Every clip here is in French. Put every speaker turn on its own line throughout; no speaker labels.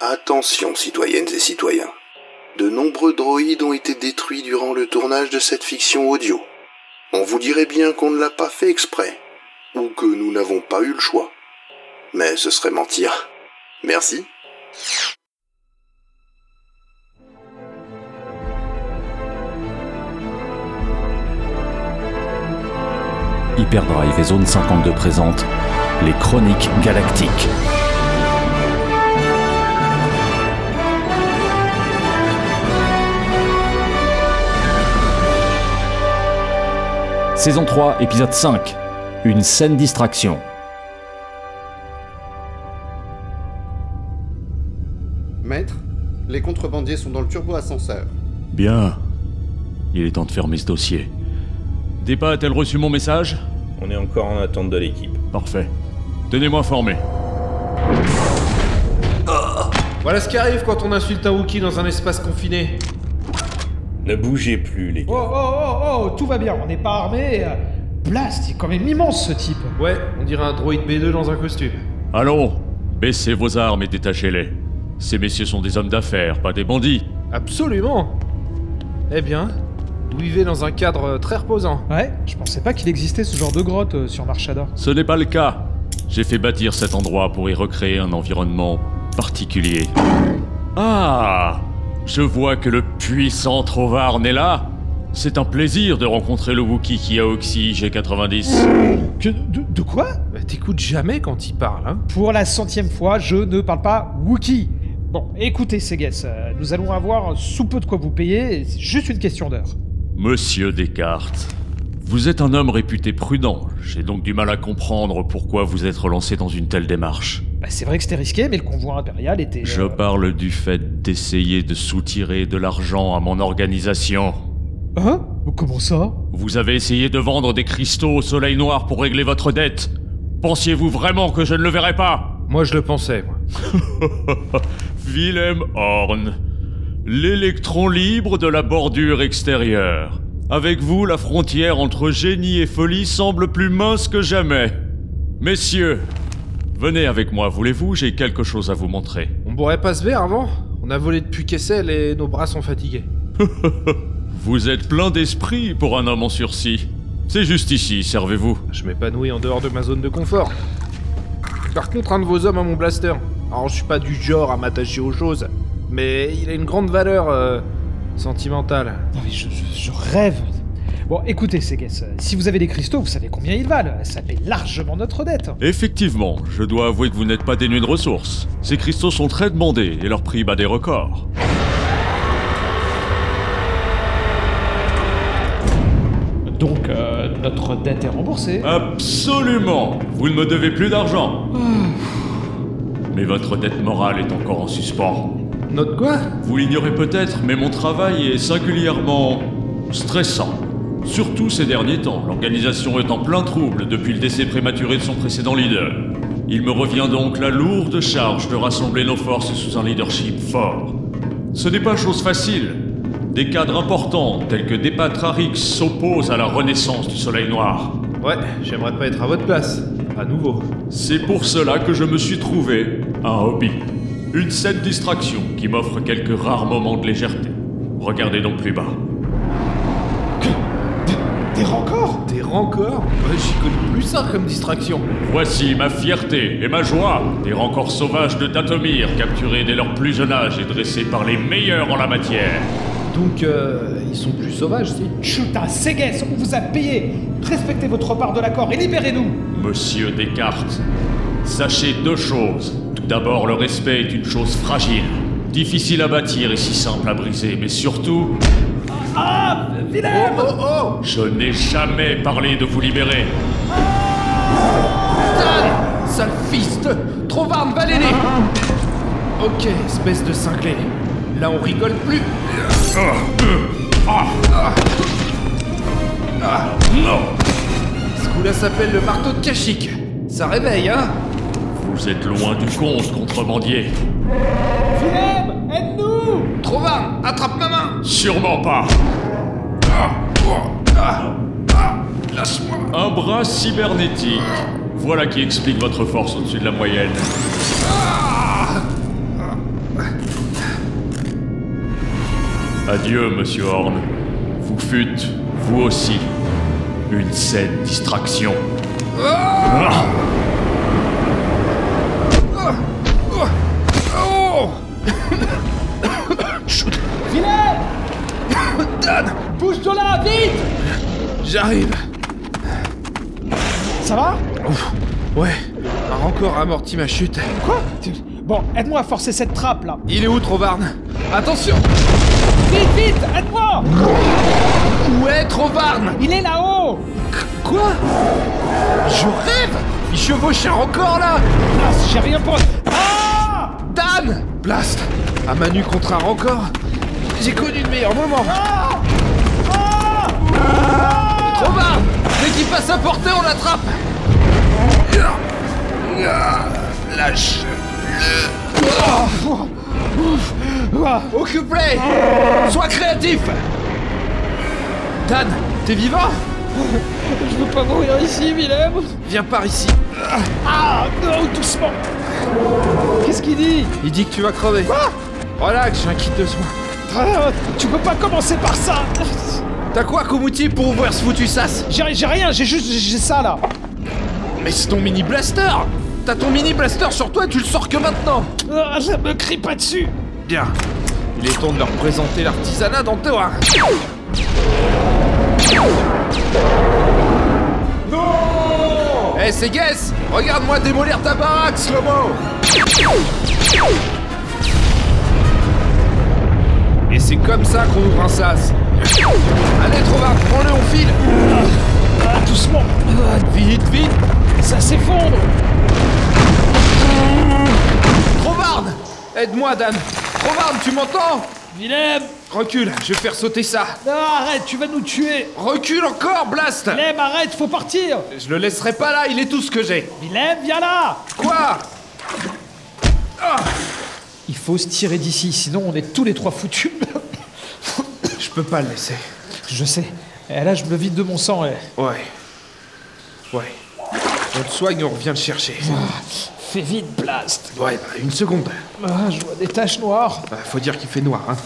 Attention, citoyennes et citoyens. De nombreux droïdes ont été détruits durant le tournage de cette fiction audio. On vous dirait bien qu'on ne l'a pas fait exprès, ou que nous n'avons pas eu le choix. Mais ce serait mentir. Merci.
Hyperdrive et Zone 52 présentent les Chroniques Galactiques. Saison 3, épisode 5. Une saine distraction.
Maître, les contrebandiers sont dans le turbo-ascenseur.
Bien. Il est temps de fermer ce dossier. Dépa a-t-elle reçu mon message
On est encore en attente de l'équipe.
Parfait. Tenez-moi informé.
Voilà ce qui arrive quand on insulte un Wookie dans un espace confiné.
Ne bougez plus, les
Oh,
gars.
oh, oh, oh, tout va bien, on n'est pas armé. euh, Blast, il est quand même immense ce type.
Ouais, on dirait un droïde B2 dans un costume.
Allons, baissez vos armes et détachez-les. Ces messieurs sont des hommes d'affaires, pas des bandits.
Absolument Eh bien, vous vivez dans un cadre euh, très reposant.
Ouais, je pensais pas qu'il existait ce genre de grotte euh, sur Marchada.
Ce n'est pas le cas. J'ai fait bâtir cet endroit pour y recréer un environnement particulier. Ah Je vois que le puissant Trovarne est là C'est un plaisir de rencontrer le Wookie qui a Oxy G90.
Que, de, de quoi
Bah, T'écoutes jamais quand il parle, hein
Pour la centième fois, je ne parle pas Wookie. Bon, écoutez, Seges, euh, nous allons avoir sous peu de quoi vous payer, et c'est juste une question d'heure.
Monsieur Descartes, vous êtes un homme réputé prudent. J'ai donc du mal à comprendre pourquoi vous êtes relancé dans une telle démarche.
Bah, c'est vrai que c'était risqué, mais le convoi impérial était.
Je
euh,
parle du fait d'essayer de soutirer de l'argent à mon organisation.
Hein Comment ça
Vous avez essayé de vendre des cristaux au soleil noir pour régler votre dette. Pensiez-vous vraiment que je ne le verrai pas
Moi, je le pensais, moi.
Wilhelm Horn, l'électron libre de la bordure extérieure. Avec vous, la frontière entre génie et folie semble plus mince que jamais. Messieurs, venez avec moi, voulez-vous J'ai quelque chose à vous montrer.
On bourrait pas ce verre avant On a volé depuis Kessel et nos bras sont fatigués.
Vous êtes plein d'esprit pour un homme en sursis. C'est juste ici, servez-vous.
Bah, Je m'épanouis en dehors de ma zone de confort. Par contre, un de vos hommes a mon blaster. Alors, je suis pas du genre à m'attacher aux choses, mais il a une grande valeur euh, sentimentale.
Non, mais je, je- je rêve. Bon, écoutez, Seges, euh, si vous avez des cristaux, vous savez combien ils valent. Ça paie largement notre dette.
Effectivement, je dois avouer que vous n'êtes pas dénué de ressources. Ces cristaux sont très demandés et leur prix bat des records.
Donc, euh, notre dette est remboursée.
Absolument Vous ne me devez plus d'argent. Mais votre dette morale est encore en suspens.
Notre quoi
Vous l'ignorez peut-être, mais mon travail est singulièrement stressant. Surtout ces derniers temps, l'organisation est en plein trouble depuis le décès prématuré de son précédent leader. Il me revient donc la lourde charge de rassembler nos forces sous un leadership fort. Ce n'est pas chose facile. Des cadres importants tels que Dépatrarix s'opposent à la renaissance du Soleil Noir.
Ouais, j'aimerais pas être à votre place. À nouveau.
C'est pour cela que je me suis trouvé un hobby. Une saine distraction qui m'offre quelques rares moments de légèreté. Regardez donc plus bas.
Des rancords
Des rancors Ouais, j'y connais plus ça comme distraction.
Voici ma fierté et ma joie des rencorts sauvages de Datomir capturés dès leur plus jeune âge et dressés par les meilleurs en la matière.
Donc, euh, ils sont plus sauvages, si.
Chuta, Seges, on vous a payé Respectez votre part de l'accord et libérez-nous
Monsieur Descartes, sachez deux choses. Tout d'abord, le respect est une chose fragile, difficile à bâtir et si simple à briser, mais surtout,
Oh oh
je n'ai jamais parlé de vous libérer.
Sale fiste Trovarne, va l'aider Ah. Ok, espèce de cinglé. Là, on rigole plus.
Ah,
Ah.
Non
Ce coup-là s'appelle le marteau de Kashyyyk. Ça réveille, hein
Vous êtes loin du compte, contrebandier.
Willem, aide-nous
Trovarne, attrape ma main
Sûrement pas.
Lâche-moi
Un bras cybernétique. Voilà qui explique votre force au-dessus de la moyenne. Adieu, monsieur Horn. Vous fûtes, vous aussi, une saine distraction. Ah
Vilain Dan Bouge-toi là, vite
J'arrive
Ça va
Ouais, a encore amorti ma chute.
Quoi Tu- Bon, aide-moi à forcer cette trappe là.
Il est où, Trovarne Attention
Vite, vite, aide-moi
Où est Trovarne
Il est là-haut
Quoi Je rêve Il chevauche un record, là
Ah, j'ai rien pour... Ah
Dan Blast À Manu contre un record J'ai connu de meilleurs moments Trop marre Dès qu'il passe à portée, on l'attrape Lâche-le Oh! Occupe-les Sois créatif Dan, t'es vivant
Je veux pas mourir ici, Willem
Viens par ici.
Ah Non, doucement Qu'est-ce qu'il dit
Il dit que tu vas crever. Relax, j'ai un kit de soins.
Ah, Tu peux pas commencer par ça
T'as quoi comme outil pour ouvrir ce foutu sas
J'ai j'ai rien, j'ai juste... j'ai ça là
Mais c'est ton mini blaster T'as ton mini blaster sur toi et tu le sors que maintenant
Ah, je me crie pas dessus
Bien. Il est temps de leur présenter l'artisanat dans Théorin. Non Eh c'est Guess Regarde-moi démolir ta baraque, Slomo Et c'est comme ça qu'on ouvre un sas. Allez, Trovard, prends-le, on file
Ah, doucement Ah,
Vite, vite
Ça s'effondre
Trovarne Aide-moi, Dan Trovarne, tu m'entends
Willem
Recule, je vais faire sauter ça
Non, arrête, tu vas nous tuer
Recule encore, Blast
Willem, arrête, faut partir
Je le laisserai pas là, il est tout ce que j'ai
Willem, viens là
Quoi
Il faut se tirer d'ici, sinon on est tous les trois foutus.
Je peux pas le laisser.
je sais. Et là, je me vide de mon sang. et-
Ouais. Ouais. On te soigne, on revient le chercher.
Fais vite, Blast.
Ouais, bah, une seconde.
Ah, je vois des taches noires.
Bah, faut dire qu'il fait noir, hein.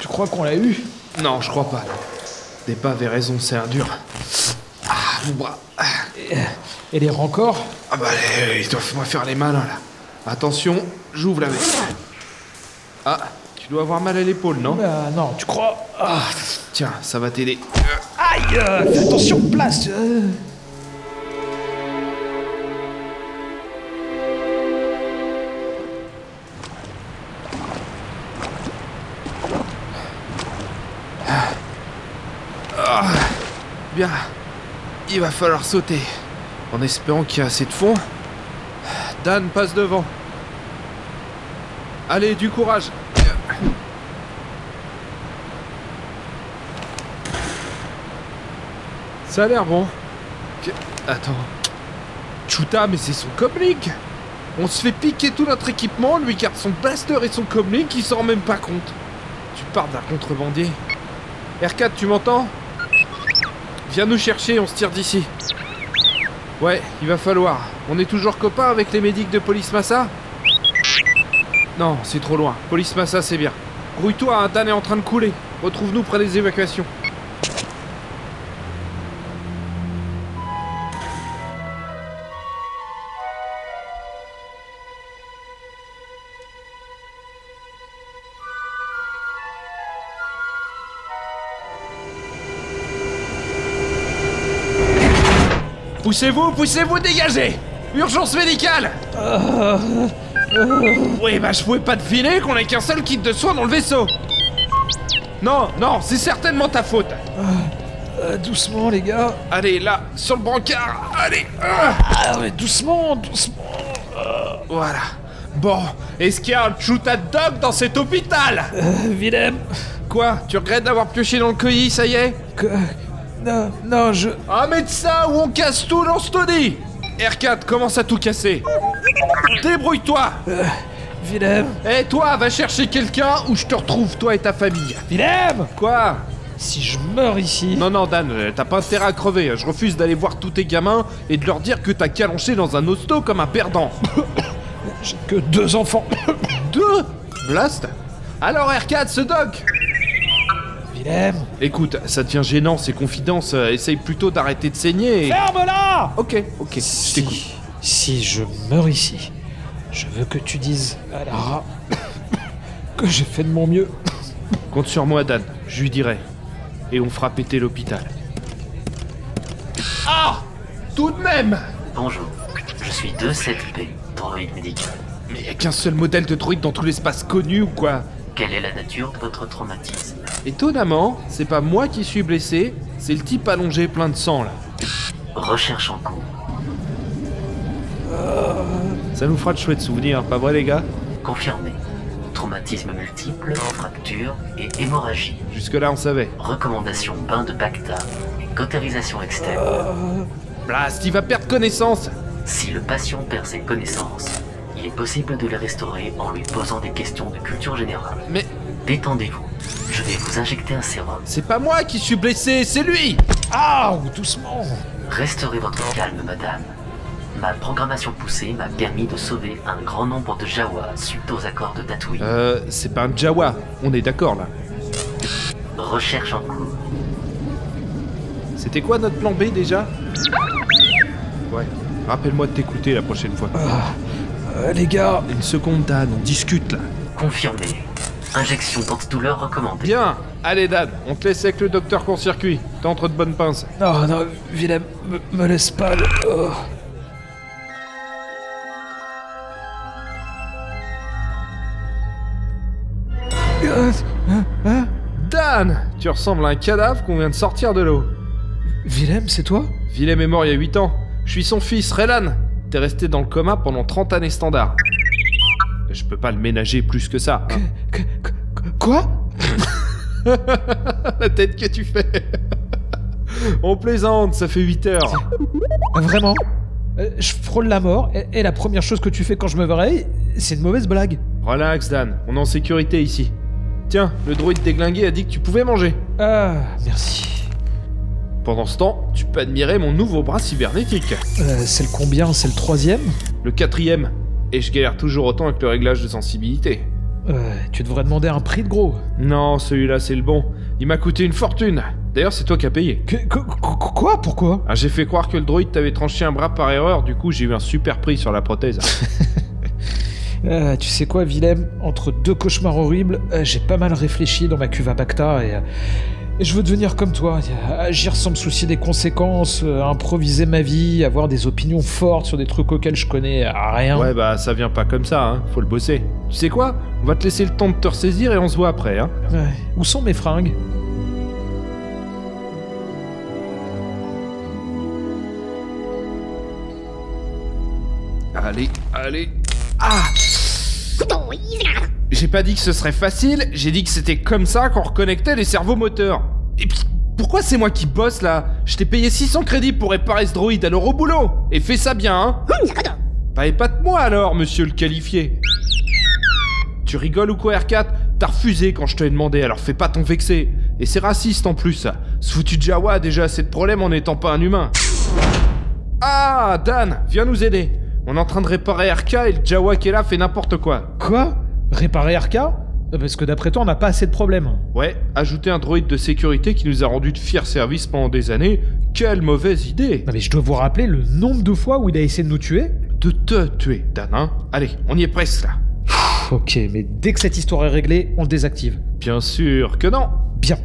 Tu crois qu'on l'a eu
Non, je crois pas. Des pas avait raison, c'est un dur. Ah, mon bras.
Et les rancors
Ah bah, allez, ils doivent moi faire les malins, là. Attention, j'ouvre la veste. Ah, tu dois avoir mal à l'épaule, non
Ah non, tu crois Ah,
Tiens, ça va t'aider.
Aïe euh, Fais attention, Blast euh.
Bien. Il va falloir sauter. En espérant qu'il y a assez de fond. Dan passe devant. Allez, du courage. Ça a l'air bon. Que- Attends. Chuta, mais c'est son comlink On se fait piquer tout notre équipement, lui garde son blaster et son comlink, il s'en rend même pas compte. Tu parles d'un contrebandier. R4, tu m'entends Viens nous chercher, on se tire d'ici. Ouais, il va falloir. On est toujours copains avec les médics de Police Massa Non, c'est trop loin. Police Massa, c'est bien. Grouille-toi, un Dan est en train de couler. Retrouve-nous près des évacuations. Poussez-vous, poussez-vous, dégagez Urgence médicale Oui, bah je pouvais pas deviner qu'on ait qu'un seul kit de soins dans le vaisseau Non, non, c'est certainement ta faute
Euh, Doucement, les gars
Allez, là, sur le brancard Allez ah
Ah, mais doucement, doucement
Voilà. Bon, est-ce qu'il y a un chuta dog dans cet hôpital
Euh, Willem
Quoi Tu regrettes d'avoir pioché dans le colis, ça y est
que- Non, non, je...
Un médecin où on casse tout dans ce taudis R4, commence à tout casser. Débrouille-toi
Willem
Eh toi, va chercher quelqu'un ou je te retrouve, toi et ta famille.
Willem
Quoi
Si je meurs ici...
Non, non, Dan, euh, t'as pas intérêt à crever. Je refuse d'aller voir tous tes gamins et de leur dire que t'as calonché dans un hosto comme un perdant.
J'ai que deux enfants.
Deux Blast Alors R4, ce doc
Willem
Écoute, ça devient gênant ces confidences, euh, essaye plutôt d'arrêter de saigner et...
Ferme-la
Ok, ok, je t'écoute.
si, si je meurs ici, je veux que tu dises à Lara que j'ai fait de mon mieux.
Compte sur moi, Dan, je lui dirai. Et on fera péter l'hôpital. Ah Tout de même
Bonjour, je suis 2-7P, droïde médical.
Mais y a qu'un seul modèle de droïde dans tout l'espace connu ou quoi
Quelle est la nature de votre traumatisme
Étonnamment, c'est pas moi qui suis blessé, c'est le type allongé plein de sang là.
Recherche en cours.
Ça nous fera de chouettes souvenirs, pas vrai les gars
Confirmé. Traumatisme multiple, fracture et hémorragie.
Jusque-là on savait.
Recommandation bain de Bacta et cautérisation externe.
Blast, il va perdre connaissance
Si le patient perd ses connaissances, il est possible de les restaurer en lui posant des questions de culture générale.
Mais
Détendez-vous. Je vais vous injecter un sérum.
c'est pas moi qui suis blessé, c'est lui
Ah, doucement
Restaurez votre calme, madame. Ma programmation poussée m'a permis de sauver un grand nombre de Jawa suite aux accords de Tatooine.
Euh, c'est pas un Jawa, on est d'accord là.
Recherche en cours.
C'était quoi notre plan B déjà Ouais, rappelle-moi de t'écouter la prochaine fois.
Euh, Les gars,
Ah, Une seconde, Dan, on discute là.
Confirmé. Injection porte-douleur recommandée.
Bien Allez, Dan, on te laisse avec le docteur court-circuit. T'as entre de bonnes pinces.
non, non, Willem, me, me laisse pas. le- oh. Euh,
Dan Tu ressembles à un cadavre qu'on vient de sortir de l'eau.
Willem, c'est toi
Willem est mort il y a 8 ans. Je suis son fils, Relan. T'es resté dans le coma pendant 30 années standard. Je peux pas le ménager plus que ça. hein.
Qu- qu- Quoi
La tête que tu fais. on plaisante, ça fait 8 heures.
Vraiment Euh, Je frôle la mort, et, et la première chose que tu fais quand je me verrai, c'est une mauvaise blague.
Relax, Dan, on est en sécurité ici. Tiens, le droïde déglingué a dit que tu pouvais manger.
Ah, merci.
Pendant ce temps, tu peux admirer mon nouveau bras cybernétique,
Euh, c'est le combien C'est le troisième
le quatrième. Et je galère toujours autant avec le réglage de sensibilité.
Euh, Tu devrais demander un prix de gros.
Non, celui-là c'est le bon. Il m'a coûté une fortune. D'ailleurs, c'est toi qui as payé.
Que- que- que- quoi Pourquoi
Ah, j'ai fait croire que le droïde t'avait tranché un bras par erreur, du coup j'ai eu un super prix sur la prothèse.
Euh, Tu sais quoi, Willem Entre deux cauchemars horribles, euh, j'ai pas mal réfléchi dans ma cuve à Bacta et... euh, et je veux devenir comme toi, euh, agir sans me soucier des conséquences, euh, improviser ma vie, avoir des opinions fortes sur des trucs auxquels je connais euh, rien.
ouais, bah ça vient pas comme ça, hein. Faut le bosser. Tu sais quoi On va te laisser le temps de te ressaisir et on se voit après, hein.
Ouais. Où sont mes fringues
Allez, allez. Ah J'ai pas dit que ce serait facile, j'ai dit que c'était comme ça qu'on reconnectait les cerveaux moteurs. Et puis, pourquoi c'est moi qui bosse là Je t'ai payé 600 crédits pour réparer ce droïde, alors au boulot Et fais ça bien, hein Bah épate-moi alors, monsieur le qualifié Tu rigoles ou quoi, R4 T'as refusé quand je te l'ai demandé, alors fais pas ton vexé. Et c'est raciste en plus, ça. Ce foutu Jawa a déjà assez de problèmes en n'étant pas un humain. Ah, Dan, viens nous aider. On est en train de réparer RK et le Jawa qui est là fait n'importe quoi.
Quoi Réparer RK Euh, Parce que d'après toi, on n'a pas assez de problèmes.
Ouais, ajouter un droïde de sécurité qui nous a rendu de fiers services pendant des années, quelle mauvaise idée
Non mais je dois vous rappeler le nombre de fois où il a essayé de nous tuer.
De te tuer, Dan, hein Allez, on y est presque là.
Pff, ok, mais dès que cette histoire est réglée, on le désactive.
Bien sûr que non
Bien.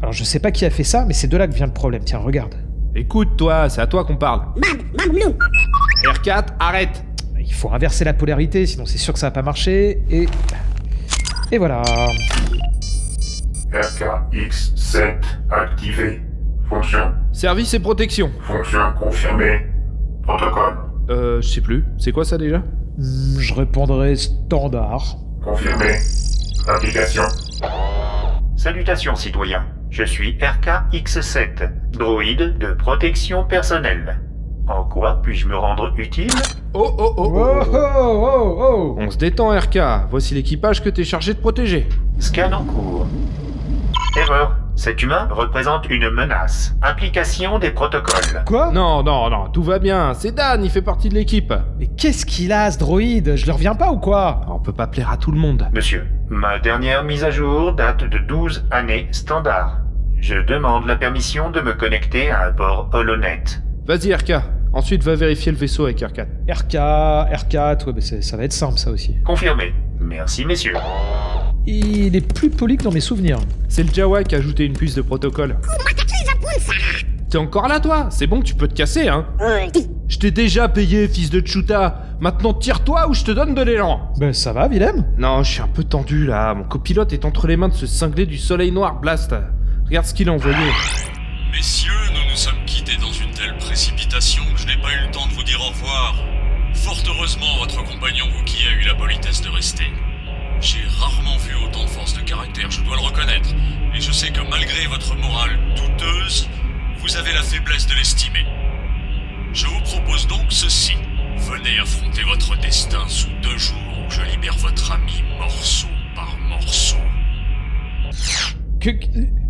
Alors je sais pas qui a fait ça, mais c'est de là que vient le problème. Tiens, regarde.
Écoute, toi, c'est à toi qu'on parle. R4, arrête
Il faut inverser la polarité, sinon c'est sûr que ça va pas marcher. Et... ben. Et voilà.
RKX7 activé. Fonction.
Service et protection.
Fonction confirmée. Protocole.
Euh, je sais plus. C'est quoi ça déjà
Hmm, Je répondrai standard.
Confirmé. Application.
Salutations citoyens, je suis RKX7, droïde de protection personnelle. En quoi puis-je me rendre utile
Oh oh oh,
Oh oh oh oh
On se détend, RK. Voici l'équipage que t'es chargé de protéger.
Scan en cours. Erreur, Cet humain représente une menace. Application des protocoles.
Quoi Non, non, non, tout va bien. C'est Dan, il fait partie de l'équipe.
Mais qu'est-ce qu'il a, ce droïde Je le reviens pas ou quoi
On peut pas plaire à tout le monde.
Monsieur, ma dernière mise à jour date de 12 années standard. Je demande la permission de me connecter à un port Holonet.
Vas-y, RK. Ensuite, va vérifier le vaisseau avec RK.
RK, R4, ouais, bah c'est- ça va être simple ça aussi.
Confirmé. Merci, messieurs.
Il est plus poli que dans mes souvenirs.
C'est le Jawa qui a ajouté une puce de protocole. T'es encore là, toi C'est bon, tu peux te casser, hein Je t'ai déjà payé, fils de Chuta. Maintenant, tire-toi ou je te donne de l'élan.
Ben ça va, Willem
Non, je suis un peu tendu, là. Mon copilote est entre les mains de ce cinglé du soleil noir, Blast. Regarde ce qu'il a envoyé.
Messieurs, nous nous sommes quittés dans une telle précipitation que je n'ai pas eu le temps de vous dire au revoir. Fort heureusement, votre compagnon Wookie a eu la politesse de rester. J'ai rarement vu autant de force de caractère, je dois le reconnaître. Et je sais que malgré votre morale douteuse, vous avez la faiblesse de l'estimer. Je vous propose donc ceci. Venez affronter votre destin sous deux jours où je libère votre ami morceau par morceau.
Que-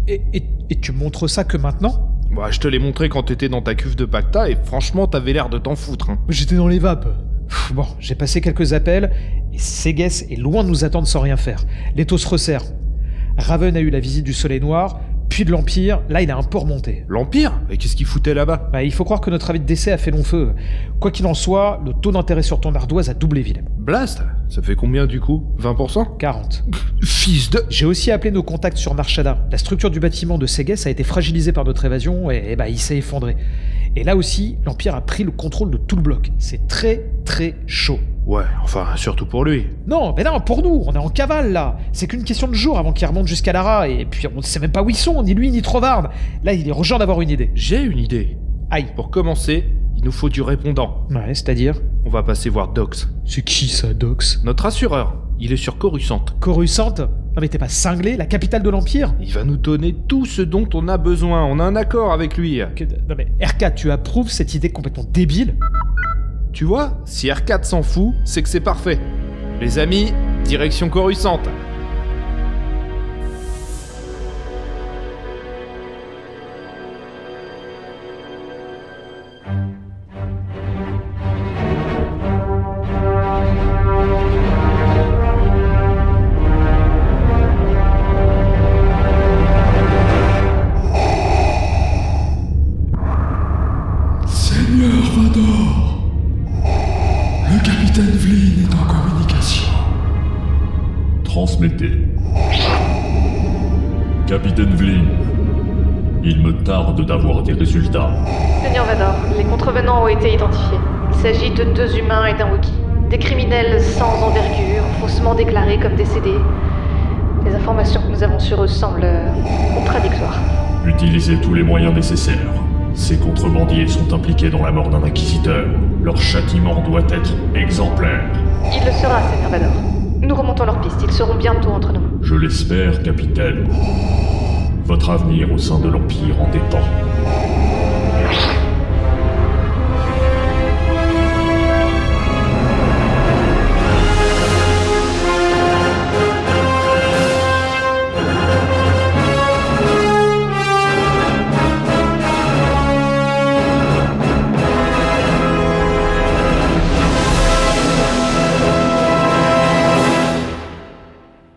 et, et- et tu montres ça que maintenant
Bah, je te l'ai montré quand t'étais dans ta cuve de Pacta et franchement, t'avais l'air de t'en foutre, hein.
J'étais dans les vapes. Pff, Bon, j'ai passé quelques appels et Seges est loin de nous attendre sans rien faire. L'étau se resserre. Raven a eu la visite du Soleil Noir, puis de l'Empire. Là, il a un peu remonté.
L'Empire Et qu'est-ce qu'il foutait là-bas
Ouais, il faut croire que notre avis de décès a fait long feu. Quoi qu'il en soit, le taux d'intérêt sur ton ardoise a doublé, Willem.
Blast Ça fait combien du coup 20%
40.
Fils de.
J'ai aussi appelé nos contacts sur Marshada. La structure du bâtiment de Seges a été fragilisée par notre évasion et, et bah, il s'est effondré. Et là aussi, l'Empire a pris le contrôle de tout le bloc. C'est très très chaud.
Ouais, enfin, surtout pour lui.
Non, mais non, pour nous, on est en cavale là. C'est qu'une question de jour avant qu'il remonte jusqu'à Lara. Et puis on ne sait même pas où ils sont, ni lui ni Trovard. Là, il est urgent d'avoir une idée.
J'ai une idée.
Aïe.
Pour commencer, il nous faut du répondant.
Ouais, c'est-à-dire
On va passer voir Dox,
C'est qui ça, Dox
notre assureur. Il est sur Coruscant.
Coruscant Non mais t'es pas cinglé, la capitale de l'Empire
Il va nous donner tout ce dont on a besoin. On a un accord avec lui.
Que- Non mais RK, tu approuves cette idée complètement débile
Tu vois, si R4 s'en fout, c'est que c'est parfait. Les amis, direction Coruscant.
Seigneur Vador, le capitaine Vlin est en communication.
Transmettez. Capitaine Vlin, il me tarde d'avoir des résultats.
Seigneur Vador, les contrevenants ont été identifiés. Il s'agit de deux humains et d'un Wookiee. Des criminels sans envergure, faussement déclarés comme décédés. Les informations que nous avons sur eux semblent euh, contradictoires.
Utilisez tous les moyens nécessaires. Ces contrebandiers sont impliqués dans la mort d'un inquisiteur. Leur châtiment doit être exemplaire.
Il le sera, Seigneur Vador. Nous remontons leur piste, ils seront bientôt entre nous.
Je l'espère, capitaine. Votre avenir au sein de l'Empire en dépend.